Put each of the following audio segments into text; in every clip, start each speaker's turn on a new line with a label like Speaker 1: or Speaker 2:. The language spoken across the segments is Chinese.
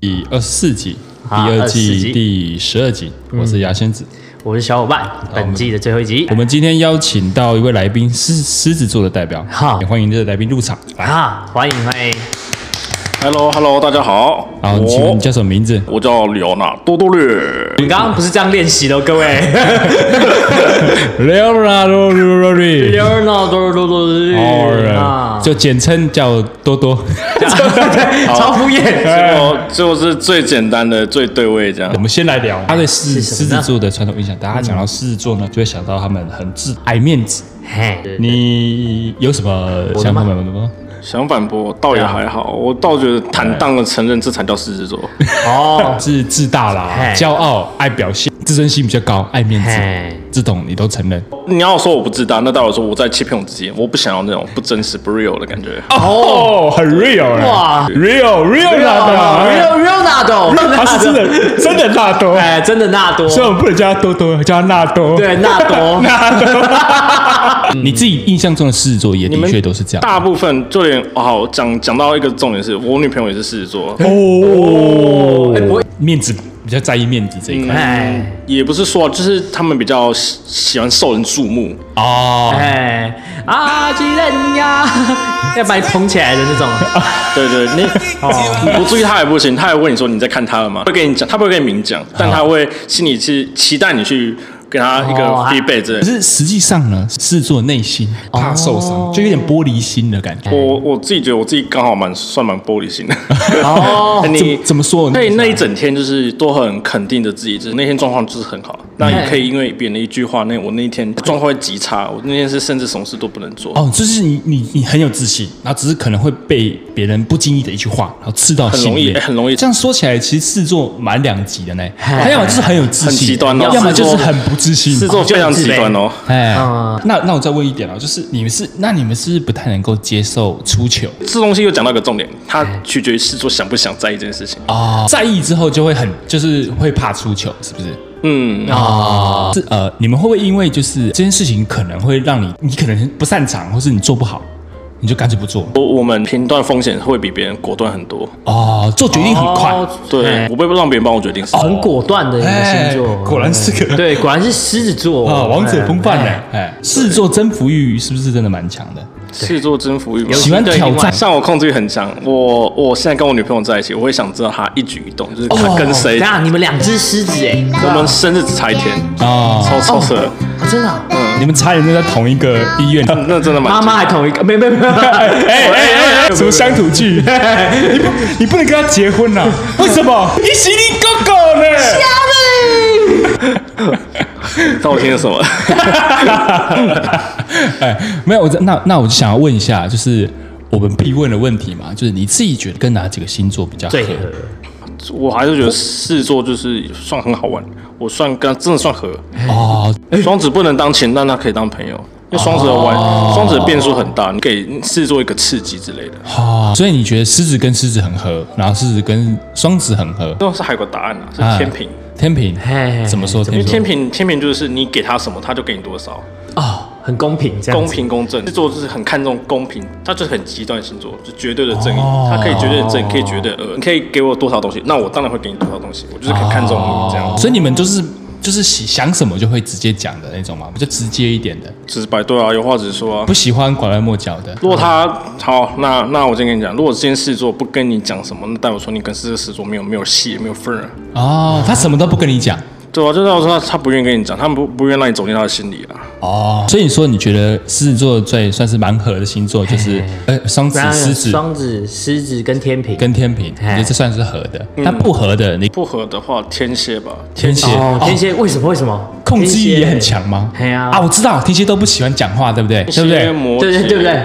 Speaker 1: 第二十四集，第
Speaker 2: 啊
Speaker 1: 二
Speaker 2: 24
Speaker 1: 季
Speaker 2: 集嗯
Speaker 1: 第十二集，我是牙仙子。
Speaker 2: 我是小伙伴，本季的最后一集
Speaker 1: 我们今天邀请到一位来宾，狮狮子座的代表，
Speaker 2: 好
Speaker 1: 也欢迎这个来宾入场。来，
Speaker 2: 啊，欢迎欢迎，
Speaker 3: h e l l o h e l l o 大家好。
Speaker 1: 好，啊请
Speaker 2: 哦
Speaker 1: 问你
Speaker 3: 我
Speaker 1: 叫什么名字？
Speaker 3: 我叫李奥纳多多略。
Speaker 2: 你刚刚不是这样练习的哦，各位。
Speaker 1: Leonardo Rory。
Speaker 2: Leonardo
Speaker 1: 哦
Speaker 2: 啊，，
Speaker 1: 就简称叫多 多。
Speaker 2: 超敷衍。
Speaker 3: 结果结果是最简单的、最对位这样
Speaker 1: 我。们先来聊他哎对狮
Speaker 2: 是什
Speaker 1: 狮
Speaker 2: 么呢嗯
Speaker 1: 子座的传统印象。大家讲到狮子座呢，就会想到他们很自爱面子。
Speaker 2: 嘿，对
Speaker 1: 你有什么想法吗？
Speaker 3: 想反驳倒也还
Speaker 1: 啊
Speaker 3: 好，我倒觉得坦荡的承认这才叫狮子座。
Speaker 1: 哎
Speaker 2: 哦，
Speaker 1: 是自大啦
Speaker 2: 嘿，
Speaker 1: 骄傲，爱表现，自尊心比较高，爱面
Speaker 2: 嘿
Speaker 1: 子，这种你都承认。
Speaker 3: 你要说我不自大，那代表说我在欺骗我自己，我不想要那种不真实、不 real 的感觉。
Speaker 1: 哦，很 real 哎
Speaker 2: 哇哦
Speaker 1: ，real real 大
Speaker 2: Leo- Leonardo，
Speaker 1: 多，他是真 的真的大多，
Speaker 2: 哎，真的纳多，
Speaker 1: 所以我们不能叫他多多，叫他纳多。
Speaker 2: 对纳多，
Speaker 1: 你自己印象中的狮子座也
Speaker 3: 你
Speaker 1: 的
Speaker 3: 们
Speaker 1: 确都是这样。
Speaker 3: 大部分就连哦，好讲讲到一个重点是，我女朋友也是狮子座，
Speaker 1: 哦
Speaker 2: 哎不会，
Speaker 1: 面子比较在意面子这一块
Speaker 2: 哎
Speaker 3: 也不是说就是他们比较喜喜欢受人注目，
Speaker 1: 哦。
Speaker 2: 哎，阿基人呀，要把你捧起来的那种，
Speaker 3: 对对，你
Speaker 1: 哦
Speaker 3: 你不注意他也不行，他也问你说你在看他了吗？会跟你讲，他不会跟你明
Speaker 1: 哦
Speaker 3: 讲，但他会心里是期待你去给他一个
Speaker 2: 哦啊
Speaker 3: feedback 之类
Speaker 1: 可
Speaker 3: 的。
Speaker 1: 是实际上呢，狮子座内心怕受
Speaker 2: 哦
Speaker 1: 伤，就有点玻璃心的感觉。
Speaker 3: 我我自己觉得我自己刚好蛮算蛮玻璃心的，
Speaker 2: 哦，
Speaker 3: 哎你
Speaker 1: 怎怎么说呢
Speaker 3: 可以那一整天就是都很肯定的自己，就是那天状况就是很好。那也可以因为别人的一句话，那我那一天状况会极差，我那天是甚至什么事都不能做。
Speaker 1: 哦，就是你你你很有自信，然后只是可能会被别人不经意的一句话，然后刺到心里面
Speaker 3: 很容易很容易
Speaker 1: 这样说起来，其实狮子座蛮两极的呢，他要么就是很有自信，
Speaker 3: 很极端哦
Speaker 1: 要么就是很不自信。
Speaker 3: 狮子座非常极端哦，
Speaker 1: 哎
Speaker 2: 嗯，
Speaker 1: 那那我再问一点啊，就是你们是那你们是不是不太能够接受出糗
Speaker 3: 这东西又讲到一个重点，它取决于狮子座想不想在意这件事情。
Speaker 1: 哎哦，在意之后就会很就是会怕出糗，是不是？
Speaker 3: 嗯，
Speaker 1: 哦，是呃，你们会不会因为就是这件事情可能会让你你可能不擅长，或是你做不好，你就干脆不做
Speaker 3: 我我们评断风险会比别人果断很多。
Speaker 1: 哦，做决定很快。
Speaker 2: 哦
Speaker 1: 嗯
Speaker 3: 对，我不会让别人帮我决定事
Speaker 1: 哦
Speaker 3: 情。
Speaker 2: 很果断的一个星座，
Speaker 1: 哎果然是个
Speaker 2: 对，果然是狮子座
Speaker 1: 啊，王者风范呢
Speaker 2: 哎？
Speaker 1: 哎，狮子座征服欲是不是真的蛮强的？
Speaker 3: 狮子座征服欲嘛，
Speaker 1: 喜欢挑
Speaker 2: 另外
Speaker 1: 战，
Speaker 3: 像我控制欲很强。我我现在跟我女朋友在一起，我会想知道她一举一动，就是她跟
Speaker 1: 哎
Speaker 2: 等一
Speaker 3: 谁。
Speaker 2: 下你们两只狮子哎，
Speaker 3: 我们生日只差一天，
Speaker 1: 哦，
Speaker 3: 超超扯，
Speaker 2: 啊真的啊，
Speaker 1: 你们差点就在同一个医院。哎
Speaker 3: 那真的蛮
Speaker 2: 妈妈还同一个，没没 没，
Speaker 1: 哎哎哎，什么乡土剧？你不你不能跟他结婚呐？为什么？你喜你哥哥呢？
Speaker 3: 知道我听了什么。
Speaker 1: 哎，没有，我在那那我就想要问一下，就是我们必问的问题嘛，就是你自己觉得跟哪几个星座比较合
Speaker 2: 最？合
Speaker 3: 我还是觉得狮子座就是算很好玩，我算跟她真的算合。
Speaker 1: 哦，
Speaker 3: 双子不能当情，但他可以当朋友。因为双子的玩，双子的变数很大，你给狮子座一个刺激之类的。
Speaker 1: 哦，所以你觉得狮子跟狮子很合，然后狮子跟双子很合？
Speaker 3: 那是还有个答案啊，是
Speaker 1: 啊
Speaker 3: 天平。
Speaker 1: 天平
Speaker 2: 嘿，
Speaker 1: 怎么说？天
Speaker 3: 因为
Speaker 1: 平
Speaker 3: 天平，天平就是你给他什么，他就给你多少。
Speaker 2: 哦，很公平这样
Speaker 3: 公
Speaker 2: 子，
Speaker 3: 平公正，制作就是很看重公平，他就是很极端星座，就绝对的正义，
Speaker 1: 哦
Speaker 3: 他可以绝对的正，可以绝对的恶，你可以给我多少东西，那我当然会给你多少东西，我就是很看重你这样，
Speaker 1: 所以你们就是就是喜想什么就会直接讲的那种嘛，比较直接一点的，
Speaker 3: 直白对啊，有话直说啊
Speaker 1: 不。喜欢拐弯抹角的。
Speaker 2: 哦
Speaker 3: 如果他好，那那我先跟你讲，如果这件事做不跟你讲什么，那代表说你跟这个事做没有没有戏，没有份儿啊。
Speaker 1: 哦，他什么都不跟你讲。
Speaker 3: 对啊，就代表说他他不愿意跟你讲，他不不愿意让你走进他的心里啊。
Speaker 1: 哦，所以你说你觉得狮子座最算是蛮合的星座，就是呃双子
Speaker 2: 然、后
Speaker 1: 狮子
Speaker 2: 双子、狮子跟天平，
Speaker 1: 跟天平，你觉得这算是合的。
Speaker 2: 嗯
Speaker 1: 那不合的，你
Speaker 3: 不合的话，天蝎吧，
Speaker 1: 天蝎
Speaker 2: 哦，天蝎为什么为什么
Speaker 1: 控制欲也很？强吗？
Speaker 2: 嘿啊
Speaker 1: 我知道天蝎都不喜欢讲话，对不对？对不
Speaker 3: 天蝎
Speaker 1: 对？
Speaker 3: 摩
Speaker 2: 天蝎对
Speaker 3: 羯
Speaker 2: 对对不？对？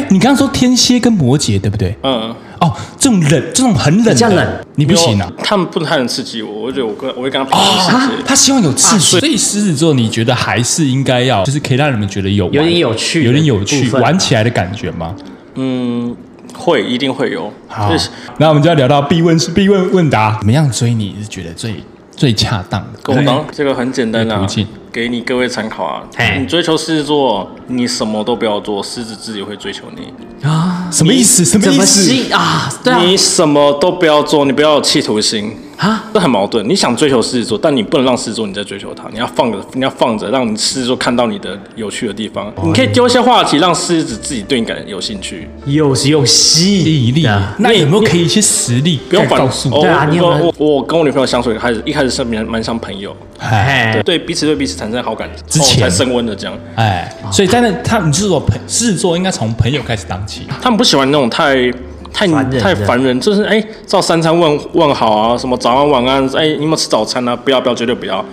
Speaker 1: 哎，你刚刚说天蝎跟摩羯，对不对？
Speaker 3: 嗯。
Speaker 1: 哦，这种冷，这种很冷的，
Speaker 2: 比较冷
Speaker 1: 你不行啊。
Speaker 3: 他们不太能刺激我，我觉得我跟我会跟他
Speaker 2: 哦
Speaker 3: 平行世界。
Speaker 1: 他希望有刺激，啊所以狮子座你觉得还是应该要，就是可以让你们觉得有玩
Speaker 2: 有点有趣的
Speaker 1: 有点有趣
Speaker 2: 部，分啊
Speaker 1: 玩起来的感觉吗？
Speaker 3: 嗯，会一定会有。
Speaker 1: 好
Speaker 3: 就是，
Speaker 1: 那我们就要聊到必问是必问问答，啊怎么样追你是觉得最最恰当的？
Speaker 3: 跟我当这个很简单
Speaker 1: 有
Speaker 3: 啊
Speaker 1: 途径，
Speaker 3: 给你各位参考啊
Speaker 2: 嘿。
Speaker 3: 你追求狮子座，你什么都不要做，狮子自己会追求你。
Speaker 2: 啊，
Speaker 1: 哎什么意思？什
Speaker 2: 怎
Speaker 1: 意
Speaker 2: 么
Speaker 1: 思？
Speaker 2: 吸啊？对啊
Speaker 3: 你什么都不要做，你不要有企图心，
Speaker 2: 啊，
Speaker 3: 这很矛盾。你想追求狮子座，但你不能让狮子座你在追求他，你要放着，你要放着，让你狮子座看到你的有趣的地方。
Speaker 2: 哦
Speaker 3: 你可以丢一些话题，让狮子自己对你感有兴趣，
Speaker 2: 又是用吸
Speaker 1: 吸引力
Speaker 2: 对啊。
Speaker 1: 那有没有可以一些实力？
Speaker 3: 不用
Speaker 1: 再
Speaker 3: 管。
Speaker 1: 告诉
Speaker 3: 哦
Speaker 1: 我
Speaker 2: 对。啊
Speaker 3: 我
Speaker 2: 你有没有
Speaker 3: 我我我跟我女朋友相处开始一开始是蛮蛮像朋友，
Speaker 1: 哎
Speaker 2: 哎，
Speaker 3: 对彼此对彼此产生好感
Speaker 1: 之前
Speaker 3: 后才升温的这样。
Speaker 1: 哎，所以但是他你是说朋狮子座应该从朋友开始当起，
Speaker 3: 他们不喜欢那种太太
Speaker 2: 烦人的
Speaker 3: 太烦人，就是哎，照三餐问问好啊，什么早安晚安，哎，你有没有吃早餐啊？不要不要，绝对不要，
Speaker 2: 啊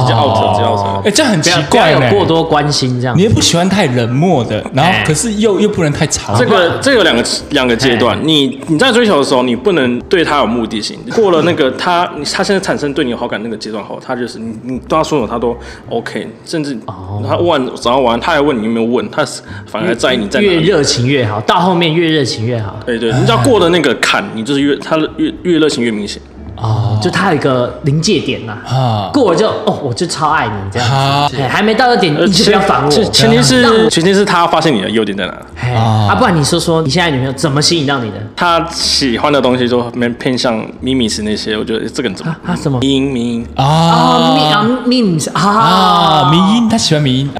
Speaker 3: 直接 out 直接 out。
Speaker 1: 哎，这样很
Speaker 2: 哦不
Speaker 1: 奇
Speaker 2: 要不要
Speaker 1: 怪呢
Speaker 2: 有。过多哎关心这样
Speaker 1: 你。也不喜欢太冷漠的，然后可是又又不能太吵。
Speaker 3: 这个这个有两个两个阶段，你你在追求的时候，你不能对他有目的性。过了那个他你他现在产生对你有好感那个阶段后，他就是你你对他说什么他都 OK，甚至
Speaker 2: 哦
Speaker 3: 他问早上晚安，他还问你有没有问，他是反而在意你在哪
Speaker 2: 越
Speaker 3: 里。
Speaker 2: 热情越好，到后面越热情越好。
Speaker 3: 对对，你只要过了那个坎，你就是越他的越越热情越明显。
Speaker 1: 哦
Speaker 2: 就它有一个临界点呐、
Speaker 1: 啊
Speaker 2: 过了就哦，我就超爱你这样
Speaker 1: 啊
Speaker 2: 子，哎还没到那点
Speaker 3: 呃
Speaker 2: 你就不要烦我，
Speaker 3: 前前提
Speaker 2: 让
Speaker 3: 是
Speaker 2: 我
Speaker 3: 前提是他发现你的优点在哪，
Speaker 2: 哎
Speaker 1: 啊
Speaker 2: 啊，不然你说说你现在女朋友怎么吸引到你的？
Speaker 3: 他喜欢的东西就蛮偏向咪咪是那些，我觉得诶这个人怎么
Speaker 2: 啊啊什么
Speaker 3: 迷音迷音
Speaker 2: 啊
Speaker 1: 啊
Speaker 2: m e m e s 啊
Speaker 1: 啊！迷音，他喜欢迷音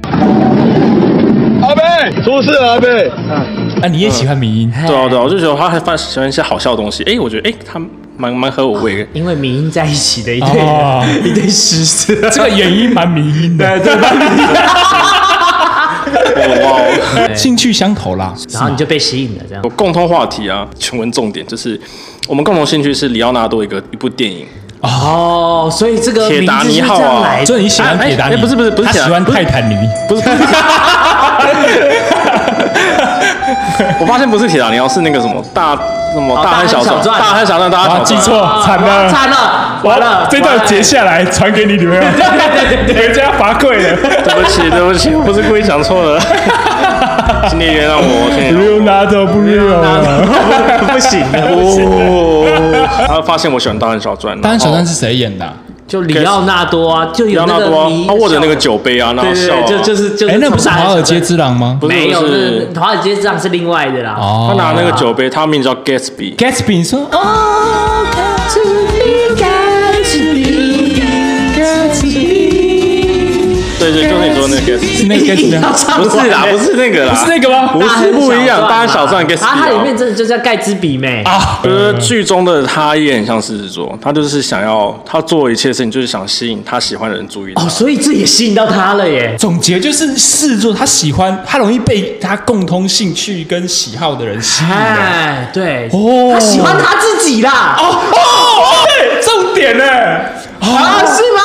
Speaker 4: 阿贝，出事了，阿贝。
Speaker 1: 啊，你也喜欢迷音。
Speaker 3: 对啊对啊，我就觉得他还发喜欢一些好笑的东西，哎，我觉得哎他蛮蛮合我胃的。
Speaker 2: 因为迷音在一起的一对、
Speaker 1: 哦
Speaker 2: 一对狮子，
Speaker 1: 这个原因蛮迷音的，
Speaker 2: 啊
Speaker 3: 哇哦，
Speaker 1: 兴趣相投啦。
Speaker 2: 然后你就被吸引了这样
Speaker 3: 有。共通话题啊，全文重点就是我们共同兴趣是里奥纳多一个一部电影
Speaker 2: 哦，所以这个
Speaker 3: 铁
Speaker 2: 名
Speaker 3: 达
Speaker 2: 字
Speaker 3: 尼
Speaker 2: 是
Speaker 3: 号
Speaker 2: 这样
Speaker 3: 啊
Speaker 2: 来的。
Speaker 1: 所以你喜欢铁达
Speaker 3: 哎
Speaker 1: 尼？
Speaker 3: 哎不是不是不是
Speaker 1: 他喜欢泰坦尼。
Speaker 3: 不是，不是我发现不是铁达尼号，是那个什么大什么
Speaker 2: 哦
Speaker 3: 大
Speaker 2: 大
Speaker 3: 汉
Speaker 2: 汉
Speaker 3: 小
Speaker 2: 小
Speaker 3: 传，
Speaker 2: 传
Speaker 3: 大汉小传，大汉
Speaker 1: 啊，
Speaker 3: 小
Speaker 1: 记
Speaker 3: 传。
Speaker 1: 错，惨了，
Speaker 2: 啊惨了，完了，
Speaker 1: 这
Speaker 2: 完
Speaker 1: 段
Speaker 2: 了
Speaker 1: 截下来传给你女朋友，人家罚跪了。
Speaker 3: 对不起，对不起，我不是故意讲错 了，请你原谅我，请你原谅
Speaker 1: Real 拿走
Speaker 3: 哎
Speaker 1: 不 real 啊？
Speaker 2: 不行了。
Speaker 3: 我。 哦，他发现我喜欢《大汉小传》，
Speaker 1: 当然，小三是谁演的
Speaker 3: 哦
Speaker 1: 啊？
Speaker 2: 就里奥纳多啊，就
Speaker 3: 里
Speaker 2: 有
Speaker 3: 奥
Speaker 2: 那
Speaker 3: 纳
Speaker 2: 个
Speaker 3: 多啊
Speaker 2: 迷，
Speaker 3: 他握着那个酒杯啊，然后
Speaker 2: 对
Speaker 3: 笑
Speaker 2: 对
Speaker 3: 啊，
Speaker 2: 对，就就是就是，
Speaker 1: 哎，那不是
Speaker 2: 从大
Speaker 1: 华尔街
Speaker 2: 小
Speaker 1: 之狼吗？
Speaker 3: 不是
Speaker 2: 没有，
Speaker 3: 不
Speaker 2: 是
Speaker 3: 是，
Speaker 2: 华尔街之狼是另外的啦。哦，
Speaker 3: 他
Speaker 1: 哦
Speaker 3: 拿那个酒杯，他名字叫 Gatsby。
Speaker 1: ，Gatsby 你说哦，
Speaker 3: 对对，就是你说那个 Gatsby，
Speaker 1: 是那个 Gatsby 吗
Speaker 2: 要唱
Speaker 3: 不是啦，不是那个啦，
Speaker 1: 不是那个吗
Speaker 3: 不是不一样，《大汉小传》
Speaker 2: 啊，它里
Speaker 3: Gatsby
Speaker 2: 面
Speaker 3: 啊。
Speaker 2: 真的就是要盖支笔没？
Speaker 1: 啊？
Speaker 3: 就是剧中的他也很像狮子座，他就是想要他做一切事情，就是想吸引他喜欢的人注意他
Speaker 2: 哦，。所以这也吸引到他了耶。
Speaker 1: 总结就是狮子座，他喜欢他容易被他共通兴趣跟喜好的人吸引啊。
Speaker 2: 哎，对，
Speaker 1: 哦
Speaker 2: 他喜欢他自己啦。
Speaker 1: 哦哦，对，重点呢？
Speaker 2: 啊，
Speaker 1: 啊，
Speaker 2: 是吗？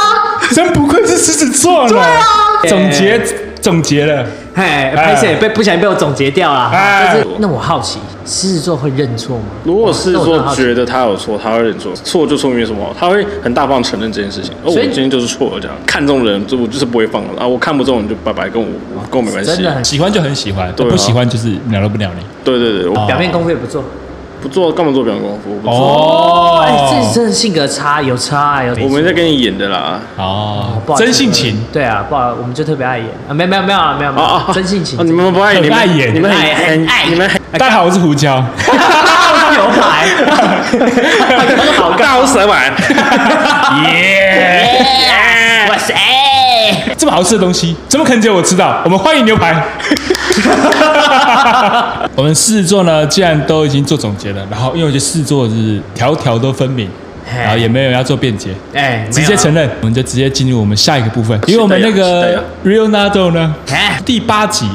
Speaker 1: 真不愧是狮子座呢。对
Speaker 2: 啊
Speaker 1: 总结总结了，
Speaker 2: 哎，拍摄被不小心被我总结掉了。
Speaker 1: 哎
Speaker 2: 但是那我好奇，狮子座会认错吗？
Speaker 3: 如果狮子
Speaker 2: 那我
Speaker 3: 座
Speaker 2: 很好奇
Speaker 3: 觉得他有错，他会认错，错就错明什么？他会很大方承认这件事情。哦，我
Speaker 2: 所以
Speaker 3: 今天就是错了，这样看中的人，就我就是不会放了啊！我看不中你就拜拜，跟我我跟我没关系
Speaker 2: 真。的很
Speaker 1: 喜欢就很喜欢，
Speaker 3: 对啊
Speaker 1: 不喜欢就是鸟都不鸟你。
Speaker 3: 对对对，我
Speaker 2: 表面功夫也不错。
Speaker 3: 不做干嘛做表演功夫？我不做，
Speaker 1: 哦
Speaker 2: 哎，这真的性格差，有差有。
Speaker 3: 我们在跟你演的啦。
Speaker 1: 哦
Speaker 2: 不好意思
Speaker 1: 真性情。哦
Speaker 2: 对啊，不好，我们就特别爱演啊，没有没有没有啊没有没
Speaker 3: 啊
Speaker 2: 有
Speaker 3: 啊！啊
Speaker 2: 真性情
Speaker 3: 啊，你们不爱你们
Speaker 1: 很爱演
Speaker 3: 你们很
Speaker 2: 爱哎很
Speaker 3: 很
Speaker 2: 爱
Speaker 3: 你们很
Speaker 1: 大家好，我是胡椒。
Speaker 2: 牛 排，好干，
Speaker 3: 大蛇丸。
Speaker 1: 耶！
Speaker 2: 哇塞！
Speaker 1: 这么好吃的东西，怎么可能只有我吃到？我们欢迎牛排。 我们狮子座呢，既然都已经做总结了，然后因为我觉得狮子座是条条都分明，
Speaker 2: 嘿
Speaker 1: 然后也没有要做辩解，
Speaker 2: 哎，
Speaker 1: 直接承认，我们就直接进入我们下一个部分。因为我们那
Speaker 3: 期待
Speaker 1: 个
Speaker 3: 啊
Speaker 1: Leonardo 呢
Speaker 2: 哎，
Speaker 1: 第八集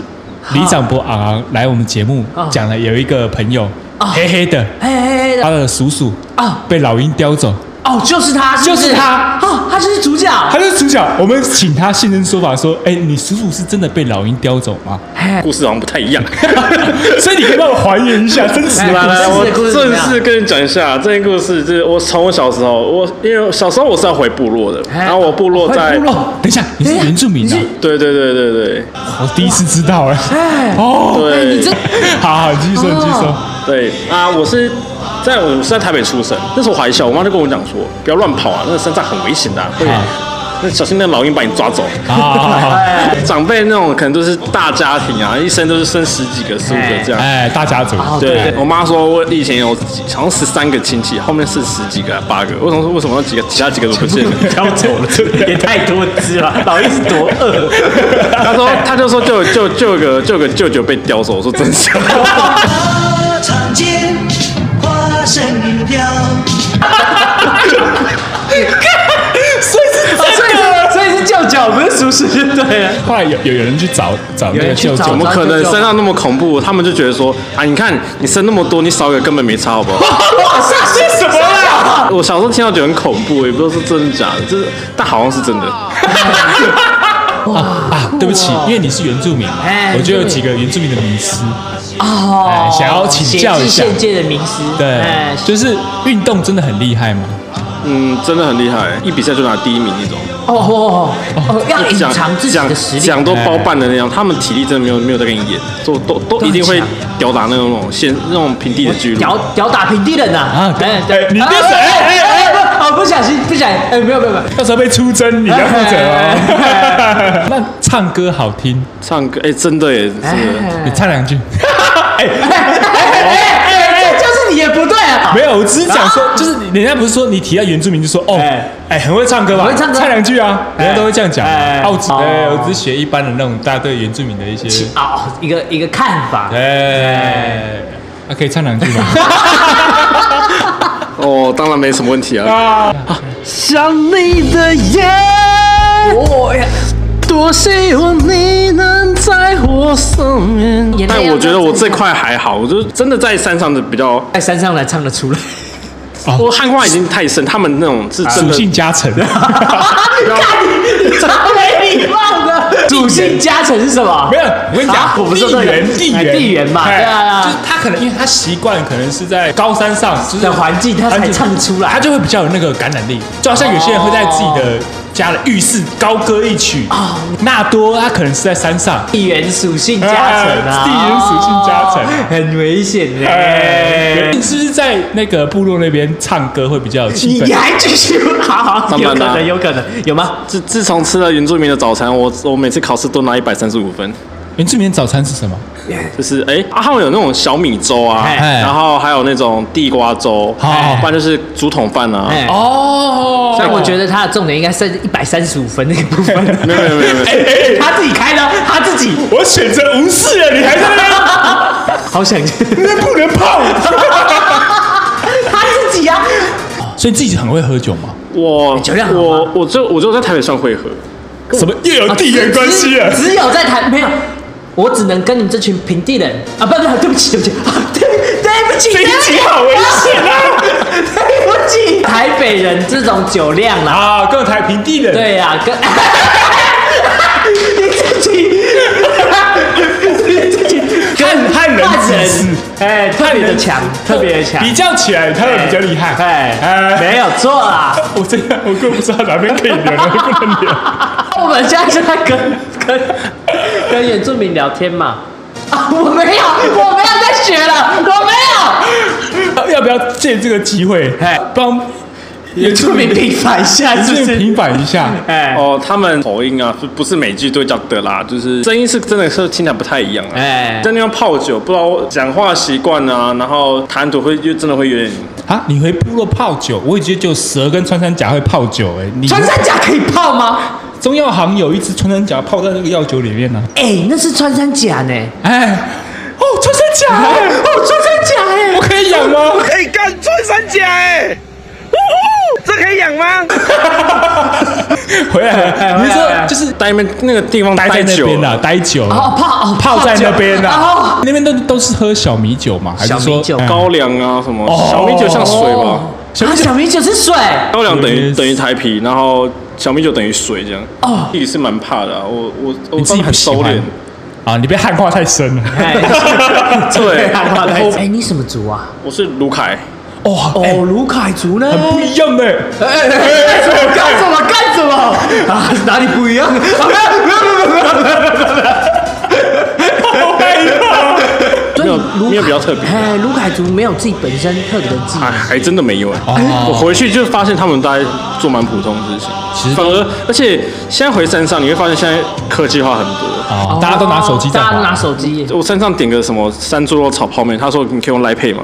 Speaker 1: 李长博昂昂来我们节目
Speaker 2: 哦
Speaker 1: 讲了，有一个朋友黑黑的，
Speaker 2: 哎哎哎
Speaker 1: 他的叔叔
Speaker 2: 啊
Speaker 1: 被老鹰叼走，
Speaker 2: 哦，就是他，不
Speaker 1: 就是他
Speaker 2: 啊，他就是主角。
Speaker 1: 他是主角。我们请他现身说法，说：“哎、你叔叔是真的被老鹰叼走吗
Speaker 2: 哎
Speaker 3: 故事好像不太一样。
Speaker 1: 所以你可以帮我还原一下真实
Speaker 2: 来
Speaker 3: 来
Speaker 1: 吗？
Speaker 3: 来，我
Speaker 2: 故事怎么
Speaker 3: 正
Speaker 2: 样
Speaker 3: 式跟你讲一下这个故事。就是我从我小时候，我因为小时候我是要回部落的，
Speaker 2: 哎
Speaker 3: 然后我部落在
Speaker 2: 回部落
Speaker 1: 等一下，你是原住民啊
Speaker 2: 你是？
Speaker 3: 对对对对对
Speaker 1: 我第一次知道哎。
Speaker 2: 哎哦
Speaker 1: 哦，
Speaker 2: 哎，你这
Speaker 3: 对
Speaker 1: 好好，你继续说，你继续说。
Speaker 3: 对啊！我是在我是在台北出生，那时候我还小，我妈就跟我讲说，不要乱跑啊，那个山上很危险的啊、会
Speaker 1: 啊
Speaker 3: 那小心那老鹰把你抓走。
Speaker 1: 啊，
Speaker 2: 哎
Speaker 3: 长辈那种可能都是大家庭啊，一生都是生十几个、十五个这样。
Speaker 1: 哎，大家族，
Speaker 2: 哦
Speaker 3: 对我妈说，我以前有几好像十三个亲戚，后面是十几个、八个，为什么为什么有几个其他几个都不 见了？
Speaker 2: 挑走了，也太多只了，老鹰是多 饿。
Speaker 3: 她说，她就说就有就就有个就有个舅舅被叼走，我说真香。
Speaker 5: 大长街，花生鱼飘。
Speaker 2: 所以所以是叫脚，不是熟食，对啊。
Speaker 1: 后来有有有人去找找那
Speaker 2: 有
Speaker 1: 个
Speaker 2: 人去
Speaker 1: 舅啊
Speaker 2: 找
Speaker 1: 舅
Speaker 3: 怎么
Speaker 1: 吗，
Speaker 3: 可能身上那么恐怖？他们就觉得说啊，你看你生那么多，你少一个根本没差，好不好？
Speaker 1: 这是什么啦？
Speaker 3: 我小时候听到觉得很恐怖，也不知道是真的假的，就是但好像是真的。
Speaker 1: 啊，对不起，因为你是原住民嘛
Speaker 2: 哦哎，
Speaker 1: 我就有几个原住民的迷思。
Speaker 2: 哦
Speaker 1: 哎想要请教一下
Speaker 2: 现界的名师，
Speaker 1: 对
Speaker 2: 哎，
Speaker 1: 就是运动真的很厉害吗？
Speaker 3: 嗯，真的很厉害，一比赛就拿第一名那种，
Speaker 2: 哦哦哦哦，要隐
Speaker 3: 讲
Speaker 2: 藏自己
Speaker 3: 讲
Speaker 2: 的实力。
Speaker 3: 讲都包办的那样，他们体力真的没有没有在跟你演，都都都一定会
Speaker 2: 都很
Speaker 3: 吊打那种那种现那种平地的巨人。
Speaker 2: 屌屌打平地人呐！
Speaker 1: 啊
Speaker 2: 哎
Speaker 1: 哎你那谁哎哎
Speaker 2: 哎，不哦，不小心，不小心，哎，没有没有没有，
Speaker 1: 到时候被出征，你要负责哦
Speaker 2: 哎。
Speaker 1: 那唱歌好听，
Speaker 3: 唱歌，哎，真的耶，真的。
Speaker 1: 你唱两句。
Speaker 2: 哎，这就是你也不对啊，
Speaker 1: 没有，我只是讲说，就是人家不是说你提到原住民就说哦，
Speaker 2: 哎
Speaker 1: 哎，很会唱歌吧？
Speaker 2: 很会唱歌
Speaker 1: 唱两句啊，
Speaker 2: 哎
Speaker 1: 人家都会这样讲。
Speaker 2: 哎
Speaker 1: 啊，我只
Speaker 2: 哦
Speaker 1: 哎，我只是学一般的那种大家对原住民的一些，
Speaker 2: 哦，一个一个看法，
Speaker 1: 哎，啊，可以唱两句 吗？
Speaker 3: 哦，当然没什么问题啊。
Speaker 6: 想你的夜，
Speaker 2: 哦呀，
Speaker 6: 多希望你能在我身边。
Speaker 2: 眼泪
Speaker 3: 但
Speaker 2: 要
Speaker 3: 我觉得我这
Speaker 2: 在
Speaker 3: 块还好，我就真的在山上的比较，
Speaker 6: 哦
Speaker 2: 在山上来唱得出来，
Speaker 3: 我汉化已经太深，他们那种是真
Speaker 1: 属
Speaker 3: 的
Speaker 1: 性加 成，
Speaker 2: 超 没礼貌的。 属性加成是什么？
Speaker 1: 啊没有，我跟你讲
Speaker 2: 啊，我不是
Speaker 1: 地
Speaker 2: 说
Speaker 1: 缘，地
Speaker 2: 哎
Speaker 1: 缘，
Speaker 2: 地缘嘛
Speaker 1: 哎
Speaker 2: 对啊
Speaker 1: 就是他可能因为他习惯，可能是在高山上，就是
Speaker 2: 的环境他才唱得出来哦
Speaker 1: 他就会比较有那个感染力。就好像有些人会在自己的家的浴室高歌一曲，纳多他可能是在山上，
Speaker 2: 地缘属性加成
Speaker 1: 哎
Speaker 2: 啊，
Speaker 1: 地缘属性加成啊
Speaker 2: 哦很危险
Speaker 1: 哎，
Speaker 2: 呢。
Speaker 1: 是不是在那个部落那边唱歌会比较有气
Speaker 2: 你你
Speaker 1: 氛？
Speaker 2: 还继续？好好，
Speaker 3: 当
Speaker 2: 有
Speaker 3: 然
Speaker 2: 可
Speaker 3: 啦
Speaker 2: 能，有可能，有吗？
Speaker 3: 自自从吃了原住民的早餐，我我每次考试都拿一百三十五分，
Speaker 1: 原住民早餐是什么？
Speaker 3: 就是哎、啊，他们有那种小米粥啊，
Speaker 1: 哎
Speaker 3: 然后还有那种地瓜粥，
Speaker 1: 哎
Speaker 3: 不然就是竹筒饭啊。
Speaker 2: 哎，
Speaker 1: 哦，
Speaker 2: 但我觉得他的重点应该是一百三十五分那个部分，
Speaker 3: 没有没有没有没有，
Speaker 6: 哎
Speaker 2: 他自己开的，他自己，
Speaker 1: 我选择无视了，你还在那
Speaker 2: 好想，
Speaker 1: 边不能泡，
Speaker 2: 他自己啊，
Speaker 1: 所以自己很会喝酒吗？
Speaker 3: 我
Speaker 2: 酒量好吗
Speaker 3: 我我就我就在台北算会合，
Speaker 1: 什么又有地缘关系啊了？
Speaker 2: 只只有在台没有，我只能跟你们这群平地人啊，不不，对不起，对不起，啊对对不起，
Speaker 1: 这一集好危险啊！
Speaker 2: 对不起，台北人这种酒量啦，
Speaker 1: 啊，更台平地人，
Speaker 2: 对呀、跟 你自己，你自己
Speaker 1: 汉汉人
Speaker 2: 汉
Speaker 1: 自
Speaker 2: 人
Speaker 1: 私，
Speaker 2: 哎，特别的 强，特别的强，
Speaker 1: 比较起来，他们比较厉害。
Speaker 2: 哎，没有错啦。
Speaker 1: 我真的我更不知道哪边可以聊，哪边不能聊。
Speaker 2: 我们现在是在跟跟跟原住民聊天嘛。啊，我没有，我没有在学了，我没
Speaker 1: 要不要借这个机会
Speaker 2: 哎
Speaker 1: 帮原
Speaker 2: 有。平反一下
Speaker 1: 原住民平反一下？
Speaker 2: 哎
Speaker 3: 哦，他们口音啊，不不是每句都叫的啦，就是声音是真的是听起来不太一样啊。
Speaker 2: 哎
Speaker 3: 在那边泡酒，不知道讲话习惯啊，然后谈吐会就真的会有点，
Speaker 1: 啊，你回部落泡酒，我也觉得只有蛇跟穿山甲会泡酒哎、你
Speaker 2: 穿山甲可以泡吗？
Speaker 1: 中药行有一只穿山甲泡在那个药酒里面呢、
Speaker 2: 哎、那是穿山甲呢。
Speaker 1: 哎，哦，穿山甲、哎
Speaker 2: 哦，穿山甲哎、
Speaker 1: 我可以养吗？
Speaker 4: 哎，干穿山甲哎！呜呼，这可以养吗？
Speaker 1: 回来了，你是
Speaker 2: 回来
Speaker 1: 说
Speaker 2: 了
Speaker 1: 就是
Speaker 3: 待那边那个地方
Speaker 1: 待在那
Speaker 3: 久啊
Speaker 1: 边啊
Speaker 3: 了，
Speaker 1: 啦，待久了，
Speaker 2: 哦，泡哦，
Speaker 1: 泡在那边啦、
Speaker 2: 哦
Speaker 1: 那边都都是喝小米酒嘛，还是
Speaker 2: 小
Speaker 1: 说
Speaker 2: 米酒
Speaker 1: 哎
Speaker 3: 高粱啊什么，
Speaker 1: 哦
Speaker 3: 小米酒像水吧，
Speaker 2: 哦，
Speaker 1: 小米
Speaker 2: 啊
Speaker 1: 酒
Speaker 2: 小米酒是水，
Speaker 3: 高粱等于
Speaker 1: Yes
Speaker 3: 等于台啤，然后小米酒等于水这样。
Speaker 2: 哦
Speaker 3: 自己是蛮怕的啊、我我我
Speaker 1: 你自
Speaker 3: 算
Speaker 1: 己
Speaker 3: 很
Speaker 1: 不喜
Speaker 3: 收敛
Speaker 1: 欢。啊？你被汉化太深了。
Speaker 2: 哎，
Speaker 3: 对
Speaker 2: 哎、你什么族啊？
Speaker 3: 我是卢凯，
Speaker 1: 哇、哦，
Speaker 2: 哦，卢凯族呢？
Speaker 1: 很不一样哎、
Speaker 2: 干什么干什么啊？哪里不一样？
Speaker 3: 没有
Speaker 2: 卢
Speaker 3: 没有比较特别
Speaker 2: 哎，卢凯族没有自己本身特别的技
Speaker 1: 嗯
Speaker 3: 还
Speaker 2: 能，
Speaker 3: 还真的没有哎、
Speaker 1: 哦
Speaker 3: 我回去就发现他们大概做蛮普通的事情，
Speaker 1: 其实
Speaker 3: 反而而且现在回山上你会发现现在科技化很多。
Speaker 1: 哦，大家都拿手机在
Speaker 2: 大家都拿
Speaker 1: 玩，
Speaker 2: 手机，
Speaker 3: 我山上点个什么山猪肉炒泡面，他说你可以用来配吗？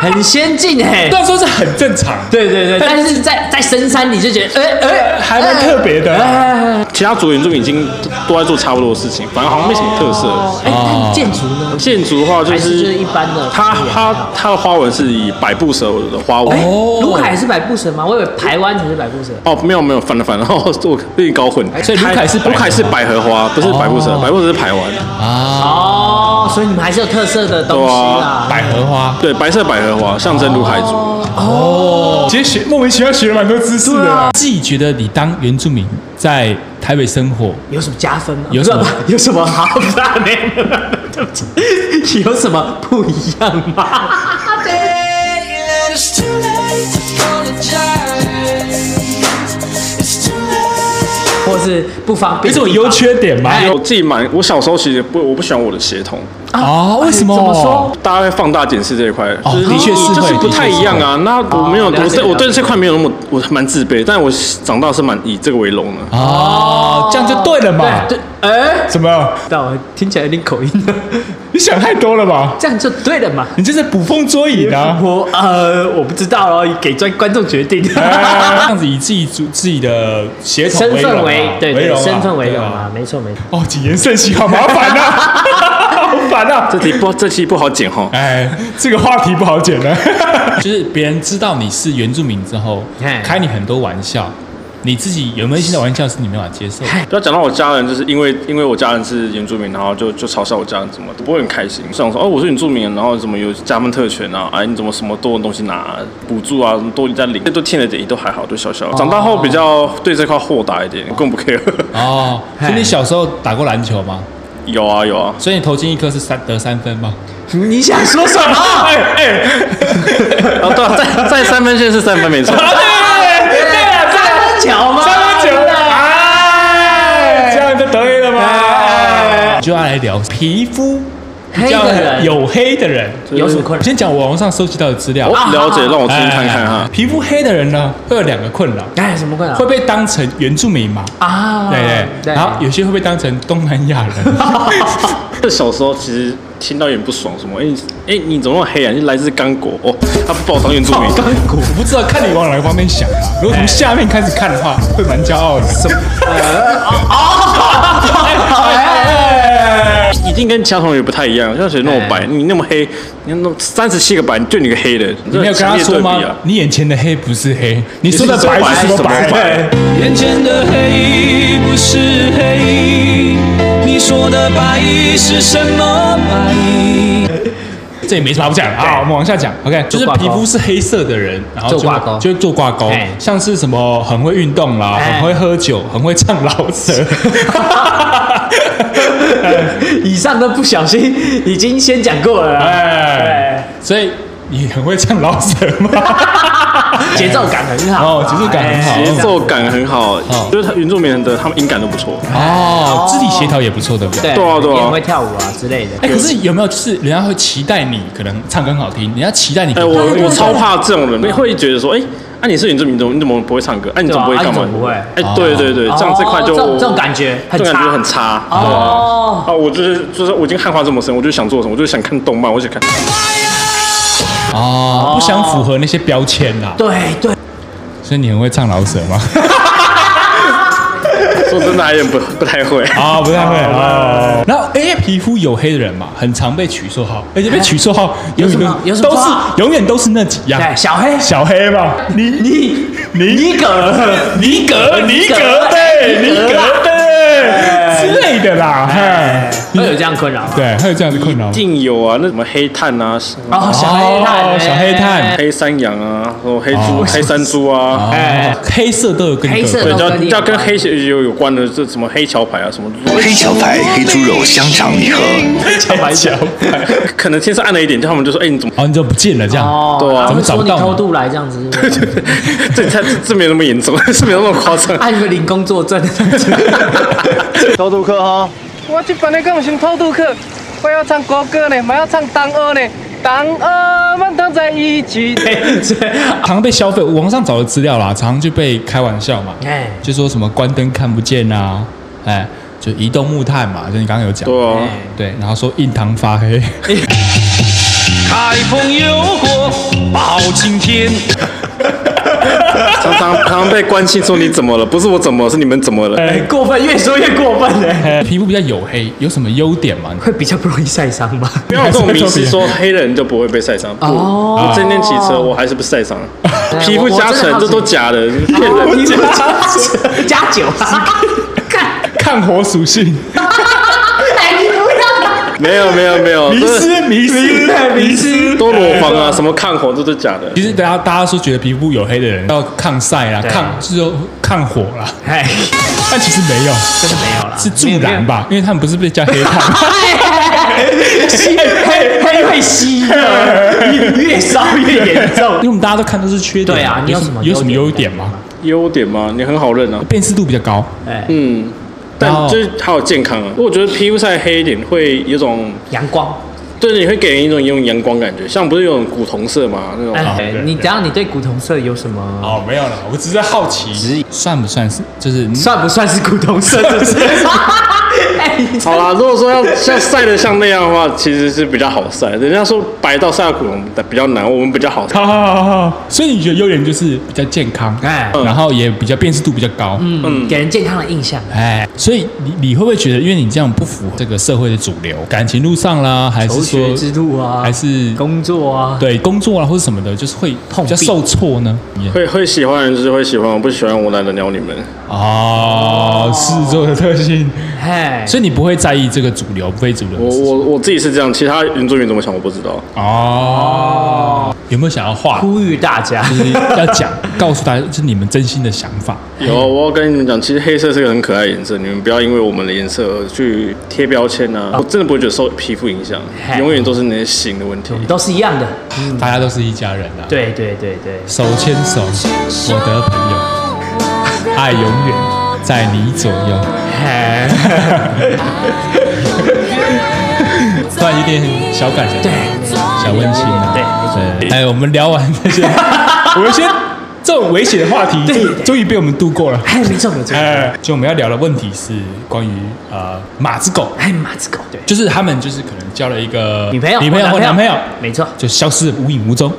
Speaker 2: 很先进哎。
Speaker 1: 那时候是很正常，
Speaker 2: 对对对，但是在在深山你就觉得，哎哎，
Speaker 1: 还蛮特别的。
Speaker 3: 其他族原住民已经都在做差不多的事情，反正好像没什么特色了。
Speaker 1: 哦
Speaker 2: 哎，但建筑呢？
Speaker 3: 建筑的话就
Speaker 2: 还是就是
Speaker 3: 是
Speaker 2: 一般的
Speaker 3: 它它它的花纹是以百步蛇的花纹。
Speaker 2: 哎
Speaker 1: 哦
Speaker 2: 卢凯是百步蛇吗？我以为台湾才是百步蛇。
Speaker 3: 哦，没有没有，反了反了， 我我被你搞混。
Speaker 1: 所以卢凯是百合哦啊
Speaker 3: 卢凯是百合花，不是百步蛇，百步蛇是排湾。
Speaker 2: 哦，所以你们还是有特色的东西
Speaker 3: 对啊
Speaker 2: 啦。
Speaker 1: 百合花，哦
Speaker 3: 对，白色百合花象征卢凯族。
Speaker 1: 其实学莫名其妙学了蛮多知识的
Speaker 2: 啊
Speaker 1: 啦。自己觉得你当原住民在台北生活，
Speaker 2: 有什么加分吗？
Speaker 1: 有什么
Speaker 2: 不是 有什么好不大没有没有对不起，有什么不一样 吗？
Speaker 5: It's too late to apologize. It's too late.
Speaker 2: 或是不方
Speaker 1: 有
Speaker 2: 便？
Speaker 1: 什么优缺点吗？
Speaker 3: 我自己蛮，我小时候其实不，我不喜欢我的血统。
Speaker 1: 哦，为什么？
Speaker 2: 哎怎么说？
Speaker 3: 大家会放大检视这一块，
Speaker 1: 哦
Speaker 3: 就是
Speaker 1: 的确是
Speaker 3: 你就
Speaker 1: 会
Speaker 3: 是不太一样啊。那我没有，
Speaker 2: 哦了
Speaker 3: 我
Speaker 2: 解
Speaker 3: 这我
Speaker 2: 了
Speaker 3: 对
Speaker 2: 解
Speaker 3: 这块没有那么，我蛮自卑，但我长大是蛮以这个为荣的。
Speaker 1: 哦，这样就对了嘛？
Speaker 2: 对，哎，
Speaker 1: 怎么？
Speaker 2: 但我听起来有点口音 的，
Speaker 1: 你想太多了吧？
Speaker 2: 这样就对了嘛。
Speaker 1: 你这是捕风捉影啊！
Speaker 2: 我呃，我不知道哦，给专观众决定。
Speaker 1: 哎这样子以自己主自己的血统
Speaker 2: 身
Speaker 1: 荣
Speaker 2: 份
Speaker 1: 啊
Speaker 2: 为对
Speaker 1: 为
Speaker 2: 对，
Speaker 1: 荣啊
Speaker 2: 身份为荣
Speaker 1: 对
Speaker 2: 啊
Speaker 1: 啊，
Speaker 2: 没错没错。
Speaker 1: 哦，谨言慎行，好麻烦啊，好烦啊
Speaker 3: 这！题不，这题不好剪哈。
Speaker 1: 哎，这个话题不好剪呢，就是别人知道你是原住民之后
Speaker 2: 嘿，
Speaker 1: 开你很多玩笑，你自己有没有一些玩笑是你没法接受的？
Speaker 3: 不要讲到我家人，就是因为因为我家人是原住民，然后就就嘲笑我家人怎么，我不会很开心。想说哦，我是原住民，然后怎么有加分特权啊？哎，你怎么什么多的东西拿、补助啊，什么都你在领，这都欠了点，都还好，都小小。长大后比较对这块豁达一点，我更不 care。
Speaker 1: 哦，所以你小时候打过篮球吗？
Speaker 3: 有啊有啊，
Speaker 1: 所以你投进一颗是三得三分吗？
Speaker 2: 你想说什么？
Speaker 3: 啊对啊，在在三分线是三分没 错。
Speaker 2: 对啊，三分球吗？
Speaker 1: 三分球啊哎，这样就得意了吗？就要来聊皮肤比
Speaker 2: 黑
Speaker 1: 较
Speaker 2: 的人
Speaker 1: 黝黑的人。
Speaker 2: 有什么困
Speaker 1: 我
Speaker 2: 扰？
Speaker 1: 先讲网上搜集到的资料
Speaker 3: 我，了解，让我听听哦看看
Speaker 1: 哎
Speaker 3: 哈。
Speaker 1: 皮肤黑的人呢，会有两个困扰，
Speaker 2: 哎，什么困扰？
Speaker 1: 会被当成原住民嘛？
Speaker 2: 啊，
Speaker 1: 对对，然后有些会被当成东南亚人。
Speaker 3: 这小时候其实听到有点不爽，什么哎哎、你怎么那么黑啊？你来自刚果哦，他不把我当原住民。
Speaker 1: 我不知道看你往哪个方面想啊。如果从下面开始看的话，会蛮骄傲的。什么？
Speaker 3: 一定跟其他同学不太一样，像谁那么
Speaker 2: 哎
Speaker 3: 白，你那么黑，你那三十七个白，你就你个黑的，
Speaker 1: 你
Speaker 3: 你
Speaker 1: 没有跟他说吗
Speaker 3: 啊？？
Speaker 1: 你眼前的黑不是黑，你说的
Speaker 3: 你是
Speaker 1: 白是
Speaker 3: 说
Speaker 1: 什么
Speaker 3: 白是什么
Speaker 1: 白？
Speaker 6: 眼前的黑不是黑，你说的白是什么白？
Speaker 1: 这也没什么好讲啊，我们往下讲。OK，就是
Speaker 2: 挂钩
Speaker 1: 皮肤是黑色的人，然后就
Speaker 2: 做挂钩
Speaker 1: 就会做挂钩
Speaker 2: 哎，
Speaker 1: 像是什么很会运动啦，
Speaker 2: 哎
Speaker 1: 很会喝酒，很会唱老舌。
Speaker 2: 以上都不小心已经先讲过了啊，
Speaker 1: 哎，所以你很会唱老舌吗？
Speaker 2: 哎节奏感很好啊，
Speaker 1: 哦节奏感很好
Speaker 2: 哎
Speaker 3: 节奏感很好
Speaker 1: 哦，
Speaker 3: 就是他原住民的，他们音感都不错。
Speaker 1: 哦，肢体协调也不错，对不对？
Speaker 2: 对
Speaker 3: 对啊对啊
Speaker 2: 也很会跳舞啊之类的。
Speaker 1: 哎，可是有没有就是人家会期待你可能唱歌很好听，人家期待你可
Speaker 3: 哎，
Speaker 1: 能
Speaker 3: 我
Speaker 1: 会运
Speaker 3: 我
Speaker 1: 动
Speaker 3: 超怕这种人，会觉得说，哎，啊你是原住民，你怎么你怎么不会唱歌？哎，你怎么不会
Speaker 2: 对啊
Speaker 3: 干
Speaker 2: 啊
Speaker 3: 嘛
Speaker 2: 你怎么不会？
Speaker 3: 哎，对对对，这样这块就
Speaker 2: 哦这种这种感觉
Speaker 3: 这
Speaker 2: 很
Speaker 3: 种感觉
Speaker 2: 差
Speaker 3: 很差。对啊
Speaker 2: 哦，
Speaker 3: 啊，我就是就是我已经汉化这么深，我就想做什么，我就想看动漫，我就想看。
Speaker 1: 哦，不想符合那些标签啊啦。
Speaker 2: 对对，
Speaker 1: 所以你很会唱老舌吗？
Speaker 3: 说真的，还有点不不太会。
Speaker 2: 哦
Speaker 1: 啊，不太会啊。然后，哎，皮肤黝黑的人嘛，很常被取绰号，哎而且被取绰号永
Speaker 2: 有什
Speaker 1: 远
Speaker 2: 么有
Speaker 1: 都是
Speaker 2: 什么
Speaker 1: 都
Speaker 2: 绰
Speaker 1: 是
Speaker 2: 号
Speaker 1: 永远都是那几样
Speaker 2: 对，小黑
Speaker 1: 小黑嘛，啊你
Speaker 2: 你
Speaker 1: 你
Speaker 2: 尼格
Speaker 1: 尼格尼
Speaker 2: 呃格
Speaker 1: 格对呃尼格哎对之类的啦，嘿
Speaker 2: 哎会有这样困扰啊吗？
Speaker 1: 对，还有这样的困扰吗
Speaker 3: 一。定有啊，那什么黑炭啊，
Speaker 2: 哦，小黑
Speaker 1: 哦
Speaker 2: 炭，
Speaker 1: 小黑炭
Speaker 3: 黑山羊啊，然后黑猪、
Speaker 1: 哦
Speaker 3: 黑山猪啊，
Speaker 1: 哎，黑色都有跟你
Speaker 2: 黑色
Speaker 1: 有
Speaker 3: 对，
Speaker 1: 关
Speaker 2: 都
Speaker 3: 要
Speaker 2: 跟你有
Speaker 3: 要跟
Speaker 2: 关
Speaker 3: 黑血有有关的，这什么黑桥牌啊，什么
Speaker 7: 黑桥牌黑猪肉香肠礼盒，
Speaker 1: 黑小
Speaker 3: 可能天色暗了一点，叫他们就说，哎，你怎么
Speaker 1: 哦，你就不见了这样。
Speaker 2: 哦，
Speaker 3: 对啊
Speaker 1: 怎
Speaker 2: 他们
Speaker 1: 么找
Speaker 2: 说
Speaker 1: 不
Speaker 2: 你
Speaker 1: 到呢
Speaker 2: 偷渡来这样子，对不 对
Speaker 3: 这这这没有那么严重， 是没有那么夸张。
Speaker 2: 啊，你们领工 作证，
Speaker 4: 偷渡客哈，
Speaker 8: 我去把那个我先偷渡客，我要唱国歌呢，我要唱党二呢，党二们都在一起。
Speaker 1: 常常被消费，网上找的资料啦，常常就被开玩笑嘛，
Speaker 2: 哎
Speaker 1: 就说什么关灯看不见啊，哎，就移动木炭嘛，就你刚刚有讲，
Speaker 3: 对啊，
Speaker 2: 哎
Speaker 1: 对，然后说印堂发黑，
Speaker 6: 开封有火包青天，
Speaker 3: 常常常常被关心说你怎么了？不是我怎么了，是你们怎么了？
Speaker 2: 哎过分，越说越过分嘞，
Speaker 1: 皮肤比较黝黑，有什么优点吗？
Speaker 2: 会比较不容易晒伤 吧？
Speaker 3: 不要有这种迷思，说黑人就不会被晒伤。不，
Speaker 2: 哦
Speaker 3: 我今天骑车我还是被晒伤了， 皮肤
Speaker 2: 我
Speaker 3: 加
Speaker 2: 我真的
Speaker 3: 成
Speaker 2: 好奇
Speaker 3: 这都假的，骗人。
Speaker 2: 加酒，啊看，
Speaker 1: 抗火属性，
Speaker 2: 哎，你不要
Speaker 3: 没有没有没有，
Speaker 1: 迷
Speaker 3: 这
Speaker 1: 失迷失。
Speaker 2: 迷失，
Speaker 3: 都裸房啊，什么抗洪这都假的。
Speaker 1: 其实大家大家说觉得皮肤黝黑的人要抗晒啦，
Speaker 2: 对
Speaker 1: 抗就是说抗火啦，
Speaker 2: 哎，
Speaker 1: 但其实没有，
Speaker 2: 真的没有了，
Speaker 1: 是助燃吧？因为他们不是被叫黑炭，
Speaker 2: 吸黑黑会吸的，越越烧越严
Speaker 1: 因
Speaker 2: 重。
Speaker 1: 为我们大家都看都是缺点嘛。
Speaker 2: 对啊你有什么
Speaker 1: 有什么优
Speaker 2: 优
Speaker 1: 点
Speaker 2: 点
Speaker 1: 吗？
Speaker 3: 优点嘛，你很好认啊，
Speaker 1: 辨识度比较高，
Speaker 2: 哎，
Speaker 3: 嗯，
Speaker 1: 然
Speaker 3: 但
Speaker 1: 后
Speaker 3: 就是还有健康啊。我觉得皮肤晒黑一点会有种，
Speaker 2: 阳光，
Speaker 1: 哦
Speaker 3: 对，你会给人一种一种阳光感觉，像不是有种古铜色嘛那种。
Speaker 2: 哎
Speaker 1: 对，
Speaker 2: 你等一下你对古铜色有什么？
Speaker 1: 哦，没有了，我只是在好奇，算不算是就是
Speaker 2: 算不算是古铜 色？是不是？哎，你
Speaker 3: 好啦，如果说要像晒得像那样的话，其实是比较好晒。人家说白到晒到古铜比较难，我们比较好晒。
Speaker 1: 好好好好好，所以你觉得优点就是比较健康，
Speaker 2: 哎
Speaker 1: 然后也比较辨识度比较高，嗯，
Speaker 2: 嗯给人健康的印象。
Speaker 1: 哎，所以你你会不会觉得，因为你这样不符合这个社会的主流，感情路上啦，还是
Speaker 2: 求学
Speaker 1: 说
Speaker 2: 之路啊，
Speaker 1: 还是
Speaker 2: 工作啊，
Speaker 1: 对工作啊或者什么的，就是会比较受挫呢？
Speaker 3: 会会喜欢的人就是会喜欢，我不喜欢我懒得鸟你们。
Speaker 1: 哦，狮子座的特性，
Speaker 2: 哎，
Speaker 1: 所以你不会在意这个主流非主流
Speaker 3: 我
Speaker 1: 的事
Speaker 3: 我
Speaker 1: 情
Speaker 3: 我自己是这样，其他原住民怎么想我不知道。
Speaker 1: 哦，有没有想要画？
Speaker 2: 呼吁大 家，
Speaker 1: 就是要讲，告诉大家，就是你们真心的想法。
Speaker 3: 有，我要跟你们讲，其实黑色是个很可爱的颜色，你们不要因为我们的颜色而去贴标签啊！我真的不会觉得受皮肤影响，
Speaker 2: 嘿
Speaker 3: 永远都是那些心的问题
Speaker 2: 我。们都是一样的。嗯
Speaker 1: 大家都是一家人啊。，
Speaker 2: 对对对 对，
Speaker 1: 手牵手，我的朋友，爱永远在你左右。
Speaker 2: 哎，
Speaker 1: 突然有点小感人，
Speaker 2: 对
Speaker 1: 小温馨啊。
Speaker 2: 对
Speaker 1: 对，哎，我们聊完这 些，我们先这种危险的话题，
Speaker 2: 对
Speaker 1: 终终于被我们度过了。
Speaker 2: 哎，没错没错。
Speaker 1: 哎，就我们要聊的问题是关于呃马子狗，
Speaker 2: 哎，马子狗，对，
Speaker 1: 就是他们就是可能交了一个
Speaker 2: 女朋友，
Speaker 1: 女朋友
Speaker 2: 或
Speaker 1: 或男朋友，
Speaker 2: 没错。
Speaker 1: 就消失得无影无踪，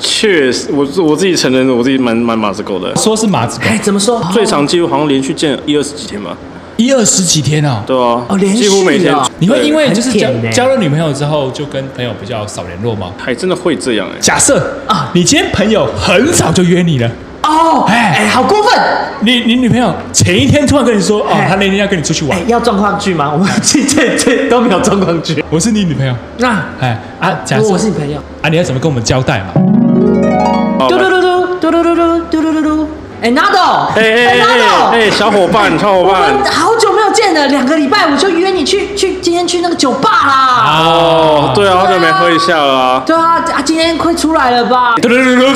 Speaker 3: 确实，我我自己承认，我自己蛮蛮马子狗的，
Speaker 1: 说是马子狗，
Speaker 2: 哎，怎么说？
Speaker 3: 最长记录好像连续见了一二十几天吧。
Speaker 1: 一二十几天啊，
Speaker 3: 对啊，
Speaker 2: 哦连续
Speaker 3: 几乎每天
Speaker 2: 啊。
Speaker 1: 你会因为就是
Speaker 2: 很
Speaker 1: 交
Speaker 2: 甜欸
Speaker 1: 交了女朋友之后，就跟朋友比较少联络吗？
Speaker 3: 还真的会这样哎、
Speaker 1: 假设啊
Speaker 2: 啊，
Speaker 1: 你今天朋友很早就约你了，
Speaker 2: 哦，
Speaker 1: 哎
Speaker 2: 哎，好过分！
Speaker 1: 你你女朋友前一天突然跟你说，哦，
Speaker 2: 哎
Speaker 1: 她那天要跟你出去玩
Speaker 2: 哎，，要状况剧吗？我 们这这这都没有状况剧。
Speaker 1: 我是你女朋友，
Speaker 2: 那
Speaker 1: 哎啊，假
Speaker 2: 如
Speaker 1: 设
Speaker 2: 果我是你朋友，
Speaker 1: 啊，你要怎么跟我们交代嘛？
Speaker 2: 嘟
Speaker 3: 好吧
Speaker 2: 嘟嘟嘟嘟嘟嘟嘟嘟嘟嘟嘟，哎，Nado，
Speaker 3: 哎哎哎哎哎，小伙伴，小伙
Speaker 2: 我
Speaker 3: 伴
Speaker 2: 们，好久没有见了，两个礼拜我就约你去去今天去那个酒吧啦。
Speaker 1: 哦
Speaker 3: 哦，对啊，好久没喝一下了啊。
Speaker 2: 对啊，啊，今天快出来了吧？
Speaker 1: 嘟嘟嘟嘟嘟嘟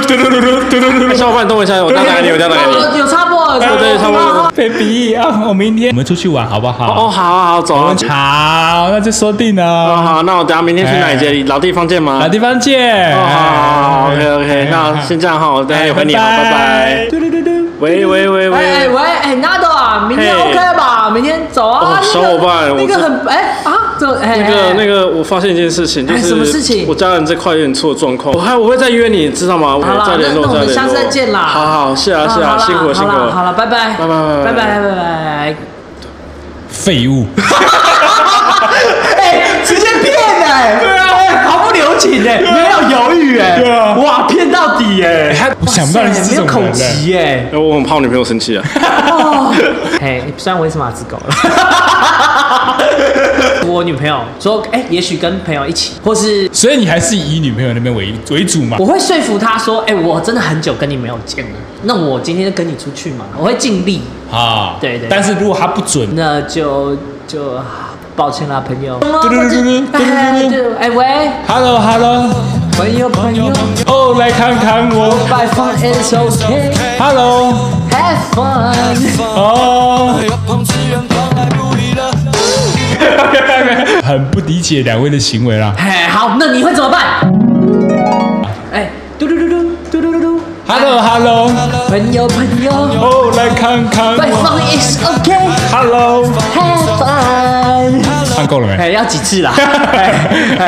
Speaker 1: 嘟嘟嘟
Speaker 3: 哎小伙伴，等我一下，我打打你，我打打你。
Speaker 2: 有插播，有
Speaker 3: 对对，差不多。
Speaker 1: ，baby 啊，我明天我们出去玩好不
Speaker 3: 哦，
Speaker 1: 好？
Speaker 3: 好啊，好，走啊。
Speaker 1: 好，那就说定
Speaker 3: 哦，
Speaker 1: 了，啊
Speaker 3: 好，那我等下明天去哪里接你？哎老地哎方见吗？
Speaker 1: 老地方见。哎
Speaker 3: 哦，好，OK OK，那先这样哈，我等下也回你，好，哎拜拜。
Speaker 1: 嘟嘟嘟嘟。
Speaker 3: 喂喂喂
Speaker 2: 哎哎
Speaker 3: 喂，
Speaker 2: 喂，哎 Nado 啊，明天
Speaker 3: 嘿
Speaker 2: OK 吧？明天走啊
Speaker 3: 哦，小伙伴
Speaker 2: 那
Speaker 3: 我
Speaker 2: 个那
Speaker 3: 这
Speaker 2: 个很哎啊，这哎
Speaker 3: 那个那
Speaker 2: 个，
Speaker 3: 个，我发现一件事情，就
Speaker 2: 哎
Speaker 3: 是
Speaker 2: 什么事情
Speaker 3: 我家人这块有点出了状况，我还我会再约你，知道吗？我
Speaker 2: 好啦
Speaker 3: 再联络，
Speaker 2: 那那我
Speaker 3: 再
Speaker 2: 们
Speaker 3: 联络。
Speaker 2: 下次再见啦
Speaker 3: 好好，是啊是啊，
Speaker 2: 好啦
Speaker 3: 辛苦了辛
Speaker 2: 好
Speaker 3: 苦
Speaker 2: 啦好
Speaker 3: 了。
Speaker 2: 了，拜拜，拜
Speaker 3: 拜拜拜拜
Speaker 2: 拜，拜拜。
Speaker 1: 废物，
Speaker 2: 哎，直接骗哎，对啊，毫不留情哎，
Speaker 3: 啊
Speaker 2: 没有犹豫哎，
Speaker 1: 对啊
Speaker 2: 哇，骗到底哎，
Speaker 1: 他我想不到你是这
Speaker 2: 没
Speaker 1: 种
Speaker 2: 有口
Speaker 1: 人欸。
Speaker 2: 急哎。
Speaker 3: 哎我很怕我女朋友生 气啊！
Speaker 2: 哎，虽然我也是马子 狗了。我女朋友说，哎、也许跟朋友一起，或是
Speaker 1: 所以你还是以女朋友那边为为主嘛
Speaker 2: 我？会说服她说，哎、我真的很久跟你没有见了，那我今天就跟你出去嘛，我会尽力。
Speaker 1: 啊，
Speaker 2: 对对
Speaker 1: 但是如果他不准，
Speaker 2: 那就就抱歉啦，朋友。
Speaker 1: 嘟嘟嘟嘟嘟
Speaker 2: 哎
Speaker 1: 嘟嘟
Speaker 2: 对哎喂，
Speaker 1: ，Hello Hello，
Speaker 2: 朋友朋友，
Speaker 1: 哦，来看看我
Speaker 2: 拜访 it's okay，have
Speaker 1: ，Hello，
Speaker 2: fun。
Speaker 1: 哦， 很不理解两位的行为啦。
Speaker 2: 哎，好，那你会怎么办？哎，嘟嘟嘟嘟嘟嘟嘟嘟，
Speaker 1: Hello Hello，
Speaker 2: 朋友朋友，
Speaker 1: 哦，来看看
Speaker 2: 拜
Speaker 1: 我。
Speaker 2: 访 is okay，have
Speaker 1: Hello，
Speaker 2: fun。
Speaker 1: 看够了没？
Speaker 2: 哎，要几次啦？哎哎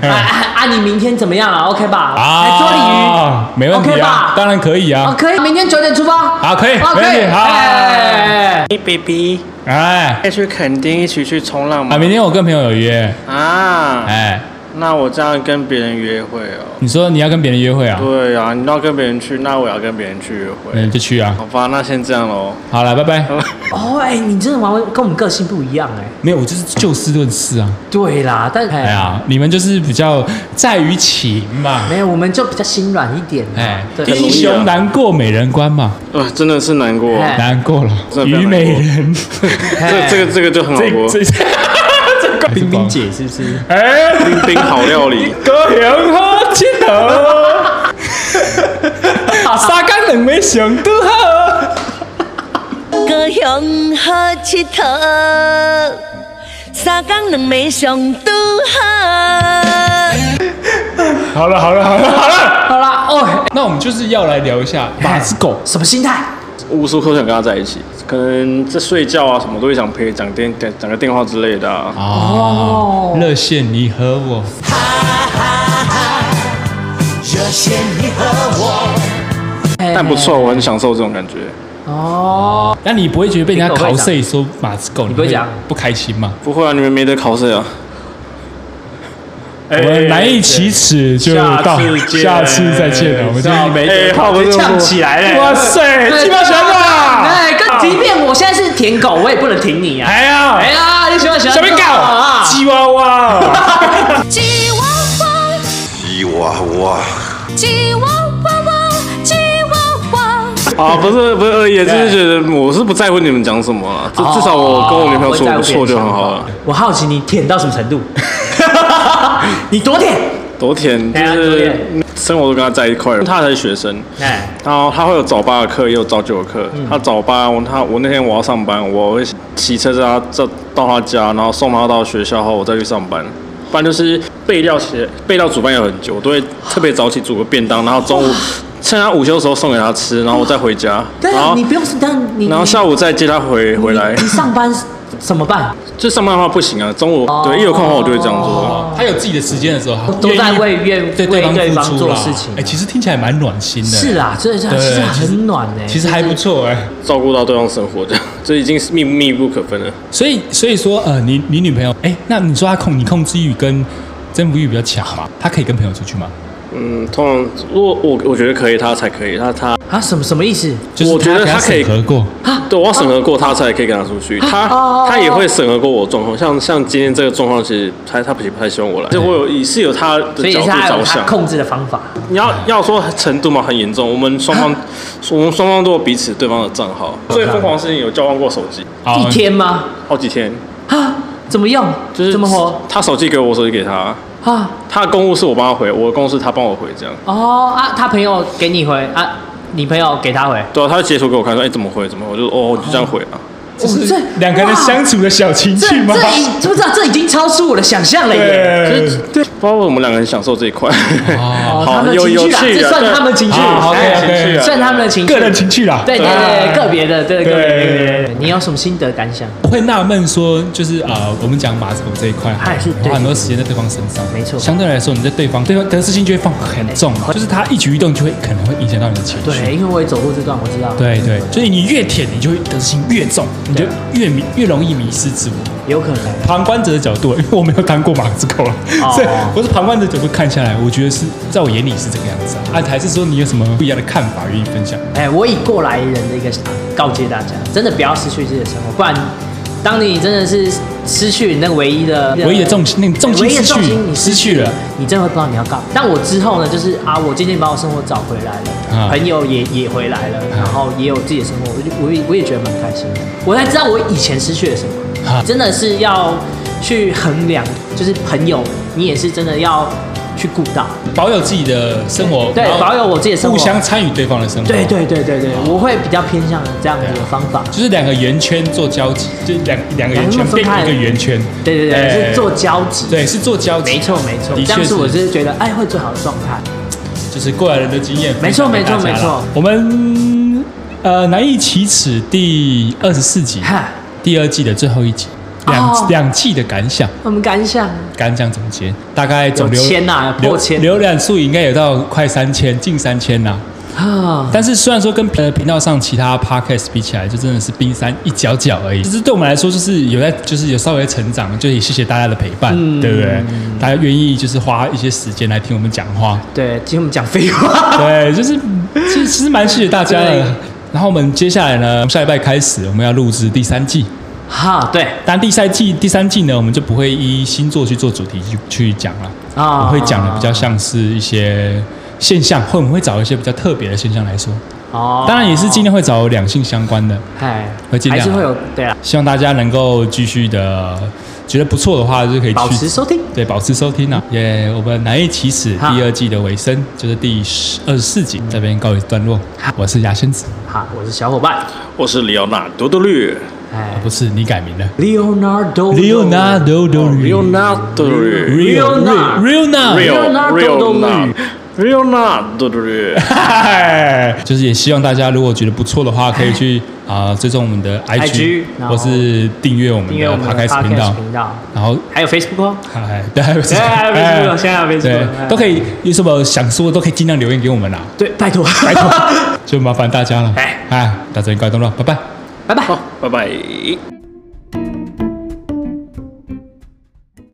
Speaker 2: 哎啊啊！你明天怎么样啊？OK 吧？哎，抓鲤
Speaker 1: 啊，没问题
Speaker 2: OK
Speaker 1: 啊
Speaker 2: 吧，
Speaker 1: 当然可以
Speaker 2: 鱼。哦，
Speaker 1: 啊。
Speaker 2: 可以，明天九点出发。
Speaker 1: 好可以
Speaker 2: 哦可
Speaker 1: 没问
Speaker 2: 以
Speaker 1: 题。好
Speaker 2: 哎，
Speaker 3: 哎，baby，
Speaker 1: 哎，
Speaker 3: 要去垦丁一起去冲浪
Speaker 1: 啊，
Speaker 3: 吗？
Speaker 1: 明天我跟朋友有约。
Speaker 3: 啊，
Speaker 1: 哎，
Speaker 3: 那我这样跟别人约会哦。
Speaker 1: 你说你要跟别人约会啊？
Speaker 3: 对啊，你要跟别人去，那我要跟别人去约会。
Speaker 1: 嗯，就去啊。
Speaker 3: 好吧，那先这样喽。
Speaker 1: 好了，拜拜。
Speaker 2: 哦，哎，你真的玩跟我们个性不一样哎。
Speaker 1: 没有，我就是就事论事啊。
Speaker 2: 对啦，但
Speaker 1: 哎
Speaker 2: 哎，
Speaker 1: 呀，你们就是比较在于情嘛。
Speaker 2: 没有，我们就比较心软一点啦。
Speaker 1: 哎，
Speaker 2: 对
Speaker 1: 英雄难过美人关嘛，
Speaker 3: 呃，真的是难过，
Speaker 2: 哎
Speaker 1: 难过了。
Speaker 3: 真的
Speaker 1: 虞
Speaker 3: 非常难过
Speaker 1: 美人，
Speaker 3: 这这个这个就很好过，
Speaker 1: 这这冰冰姐，
Speaker 2: 是不是？
Speaker 1: 哎，
Speaker 3: 冰冰好料理。
Speaker 1: 高粱好青头，沙干两尾上拄好。
Speaker 9: 高雄好佚佗，三工两暝上拄好。
Speaker 1: 好了好了好了好了，
Speaker 2: 好啦，哦，哎
Speaker 1: 那我们就是要来聊一下马子狗。
Speaker 2: 什么心态？
Speaker 3: 无时无刻都想跟他在一起，可能在睡觉啊，什么都会想陪，讲电讲讲个电话之类的、啊。
Speaker 1: 哦，热线你和我，
Speaker 5: 热线你和我。
Speaker 3: 哎但不错，我很享受这种感觉，
Speaker 2: 哦，
Speaker 1: 那你不会觉得被人家
Speaker 2: 你可不
Speaker 1: 考
Speaker 2: 会讲
Speaker 1: 碎说马子狗，你
Speaker 2: 不会讲
Speaker 1: 不开心吗？
Speaker 3: 不会啊，你们没得考试啊。
Speaker 1: 我们难以启齿，就到下次再见了。我们今天
Speaker 3: 哎、话不是
Speaker 2: 呛起来嘞！
Speaker 1: 哇塞，鸡巴拳啊！
Speaker 2: 哎，跟即便我现在是舔狗，我也不能舔你啊！
Speaker 1: 哎呀，
Speaker 2: 哎呀，你喜欢喜欢
Speaker 1: 小明
Speaker 2: 啊
Speaker 1: 狗，？鸡娃娃，
Speaker 9: 吉娃娃，
Speaker 7: 吉娃娃，
Speaker 9: 吉娃娃娃，吉娃 娃。
Speaker 3: 啊，不是不是恶意，就是觉得我是不在乎你们讲什么 了，至至少我跟我女朋
Speaker 2: 哦
Speaker 3: 友处得不错就很好啊了。
Speaker 2: 我好奇你舔到什么程 度？你多舔？
Speaker 3: 多甜，就
Speaker 2: 哎呀多
Speaker 3: 是
Speaker 2: 甜
Speaker 3: 生活都跟他在一块了。他还是学生，
Speaker 2: 哎，
Speaker 3: 然后他会有早八的课，也有早九的课。
Speaker 2: 嗯
Speaker 3: 他早八，我他我那天我要上班，我会骑车在他这到他家，然后送他到学校后，我再去上班。不然就是备料写备料煮饭要很久，我都会特别早起煮个便当，然后中午趁他午休的时候送给他吃，然后我再回家。
Speaker 2: 对
Speaker 3: 然
Speaker 2: 啊，
Speaker 3: 后
Speaker 2: 你不用，但你
Speaker 3: 然后下
Speaker 2: 午
Speaker 3: 午再接他回回来
Speaker 2: 你。上班怎么办？
Speaker 3: 就上班的话不行啊，中午
Speaker 2: 哦
Speaker 3: 对一有空的话我就会这样做。啊
Speaker 1: 他有自己的时间的时候，
Speaker 2: 都在为愿
Speaker 1: 对
Speaker 2: 为对
Speaker 1: 方
Speaker 2: 方
Speaker 1: 付出
Speaker 2: 做
Speaker 1: 啦
Speaker 2: 事情
Speaker 1: 哎，其实听起来蛮暖心的。
Speaker 2: 是啊，真的是
Speaker 1: 对，
Speaker 2: 是
Speaker 1: 其实
Speaker 2: 很暖呢。
Speaker 1: 其实还不错哎。
Speaker 3: 照顾到对方生活，这样这已经是密密不可分了。
Speaker 1: 所以所以说，呃，你你女朋友，哎，那你说她控你控制欲跟征服欲比较强嘛？她可以跟朋友出去吗？
Speaker 3: 嗯，通常如果我我觉得可以，他才可以，他他
Speaker 2: 啊，什么什么意思？
Speaker 1: 就是
Speaker 3: 我觉得
Speaker 1: 她
Speaker 3: 她可以
Speaker 1: 审核过，
Speaker 3: 对我要审核过他才可以跟他出去，
Speaker 2: 哦
Speaker 3: 他他也会审核过我的状况，像像今天这个状况，其实他他不不太希望我来，就我有也是有他
Speaker 2: 所
Speaker 3: 的
Speaker 2: 以
Speaker 3: 角
Speaker 2: 也是
Speaker 3: 度
Speaker 2: 他有他
Speaker 3: 着想。
Speaker 2: 控制的方法。
Speaker 3: 你要要说程度嘛，很严重，我们双
Speaker 2: 啊
Speaker 3: 方我们双方都有彼此对方的账号，最疯狂的事情有交换过手机，
Speaker 1: 好
Speaker 2: 一天吗？
Speaker 3: 好几天，
Speaker 2: 啊，怎么用？
Speaker 3: 就是
Speaker 2: 怎么活
Speaker 3: 他手机给我，我手机给他，
Speaker 2: 啊？
Speaker 3: 他的公务是我帮他回，我的公务是他帮我回，这样。
Speaker 2: 哦啊，他朋友给你回啊，你朋友给他回。
Speaker 3: 对啊，他就截图给我看，说哎、怎么回怎么回，我就哦我就这样回啊。
Speaker 1: 这是
Speaker 2: 哦这
Speaker 1: 两个人相处的小情
Speaker 2: 这
Speaker 1: 趣吗？
Speaker 2: 这已知不知道？这已经超出我的想象了耶！
Speaker 1: 对，
Speaker 3: 对，不知道为什么两个人享受这一块。
Speaker 1: 哦
Speaker 2: 他们的
Speaker 3: 有
Speaker 2: 情
Speaker 3: 有
Speaker 2: 趣啦，
Speaker 3: 趣
Speaker 2: 这
Speaker 3: 啊，
Speaker 2: 算他们的情趣，
Speaker 1: 好好
Speaker 2: 哎
Speaker 1: ，OK，OK
Speaker 3: 情趣啊
Speaker 2: 算他们的情趣，
Speaker 1: 个人情趣啦。啊
Speaker 2: 对对对，个别的，对个别
Speaker 1: 对
Speaker 2: 的个别的。你有什么心得感想？
Speaker 1: 我会纳闷说，就是啊、呃我们讲马子狗这一块，
Speaker 2: 嗨是对
Speaker 1: 花很多时间在对方身上，
Speaker 2: 没错
Speaker 1: 相对来说，你在对方对方得失心就会放很重，就是他一举一动就会可能会影响到你的情绪。
Speaker 2: 对，因为我也走过这段，我知道。
Speaker 1: 对对，所以你越舔，你就会得失心越重，你就越迷越容易迷失自我。
Speaker 2: 有可能。
Speaker 1: 旁观者的角度，因为我没有当过马子狗了，
Speaker 2: 哦
Speaker 1: 所以我是旁观者角度看下来，我觉得是在我眼里是这个样子啊。啊，还是说你有什么不一样的看法愿意分享？
Speaker 2: 哎，我以过来人的一个告诫大家，真的不要失去自己的生活，不然，当你真的是失去那个唯一的、
Speaker 1: 唯一的重心，那个重心
Speaker 2: 唯一的
Speaker 1: 失
Speaker 2: 重
Speaker 1: 去
Speaker 2: 心，你
Speaker 1: 失
Speaker 2: 失
Speaker 1: 去
Speaker 2: 去
Speaker 1: 了
Speaker 2: 了，，你真的会不知道你要干嘛。但我之后呢，就是啊，我渐渐把我生活找回来了，
Speaker 1: 啊
Speaker 2: 朋友也也回来了，然后也有自己的生活，我就我也我也觉得蛮开心的。我才知道我以前失去了什么，
Speaker 1: 啊
Speaker 2: 真的是要去衡量，就是朋友，你也是真的要去顾到。
Speaker 1: 保有自己的生活，
Speaker 2: 对
Speaker 1: 然后
Speaker 2: 保有我自己的生活
Speaker 1: 互相参与对方的生活，
Speaker 2: 对，对对对对，我会比较偏向这样子的方法。
Speaker 1: 就是两个圆圈做交集，就是两两个圆圈
Speaker 2: 两个分
Speaker 1: 变
Speaker 2: 开
Speaker 1: 一个圆圈，
Speaker 2: 对对
Speaker 1: 哎
Speaker 2: 对，是做，交集。
Speaker 1: 对，是做交集，
Speaker 2: 没错没错，
Speaker 1: 的
Speaker 2: 这样
Speaker 1: 确
Speaker 2: 是我是觉得哎会最好的状态。
Speaker 1: 就是过来人的经验，
Speaker 2: 没错
Speaker 1: 分享给
Speaker 2: 没
Speaker 1: 大家啦
Speaker 2: 错没错
Speaker 1: 我们呃难以启齿第二十四集，
Speaker 2: 哈，
Speaker 1: 第二季的最后一集，两、
Speaker 2: 哦
Speaker 1: 两季的感想，
Speaker 2: 我们感啊想
Speaker 1: 感想总结，大概总
Speaker 2: 有
Speaker 1: 流
Speaker 2: 千呐，
Speaker 1: 浏
Speaker 2: 破千
Speaker 1: 浏览数应该有到快三千，近三千啦。
Speaker 2: 啊，
Speaker 1: 但是虽然说跟呃频道上其他 podcast 比起来，就真的是冰山一角角而已。就是对我们来说，就是有在，就是有稍微成长，就也谢谢大家的陪伴，
Speaker 2: 嗯
Speaker 1: 对不对？大家愿意就是花一些时间来听我们讲话，
Speaker 2: 对，今天我们讲废话。
Speaker 1: 对，就是其实其实蛮谢谢大家
Speaker 2: 对
Speaker 1: 的。然后我们接下来呢，从下礼拜开始我们要录制第三季。
Speaker 2: 哈，对
Speaker 1: 但第三季第三季呢，我们就不会依星座去做主题去去讲了，
Speaker 2: 啊
Speaker 1: 我会讲的比较像是一些现象，或我们会找一些比较特别的现象来说。
Speaker 2: 哦，
Speaker 1: 当然也是尽量会找两性相关的，
Speaker 2: 哎，
Speaker 1: 会尽
Speaker 2: 还
Speaker 1: 量
Speaker 2: 是会有对啊，
Speaker 1: 希望大家能够继续的觉得不错的话，就可以去
Speaker 2: 保持收听。
Speaker 1: 对保持收听啊。也、我们难以启齿
Speaker 2: 好
Speaker 1: 第二季的尾声，就是第十二十四集这边告一段落。我是牙仙子，
Speaker 2: 好，我是小伙伴，
Speaker 3: 我是里奥纳多多绿，
Speaker 2: 哎
Speaker 1: 啊不是你改名了
Speaker 2: ，Leonardo
Speaker 1: ，Leonardo d o r
Speaker 3: 里
Speaker 1: i
Speaker 3: 奥纳多多绿
Speaker 1: Leonardo
Speaker 2: Leonardo
Speaker 3: ，real
Speaker 2: Leonardo
Speaker 3: real 纳
Speaker 2: Dolly
Speaker 3: real 纳多多绿，
Speaker 1: 嗨， 就是也希望大家如果觉得不错的话，可以去啊、追踪我们的
Speaker 2: IG，
Speaker 1: IG，
Speaker 2: 哎然后
Speaker 1: 或是订阅我们
Speaker 2: 订阅我
Speaker 1: 的
Speaker 2: 们的
Speaker 1: Podcast 频道
Speaker 2: Podcast，频道，
Speaker 1: 然后。
Speaker 2: 还有 Facebook 哦。
Speaker 1: 哎，对， 还有
Speaker 2: 对还有 Facebook，
Speaker 1: 哎
Speaker 2: 现在还有 Facebook，
Speaker 1: 对
Speaker 2: 哎
Speaker 1: 都可以有什么想说的都可以尽量留言给我们啦，
Speaker 2: 对，拜托，
Speaker 1: 拜托，就麻烦大家了。
Speaker 2: 哎
Speaker 1: 哎，大家告一段落，拜拜。
Speaker 2: 拜拜。
Speaker 3: 拜拜。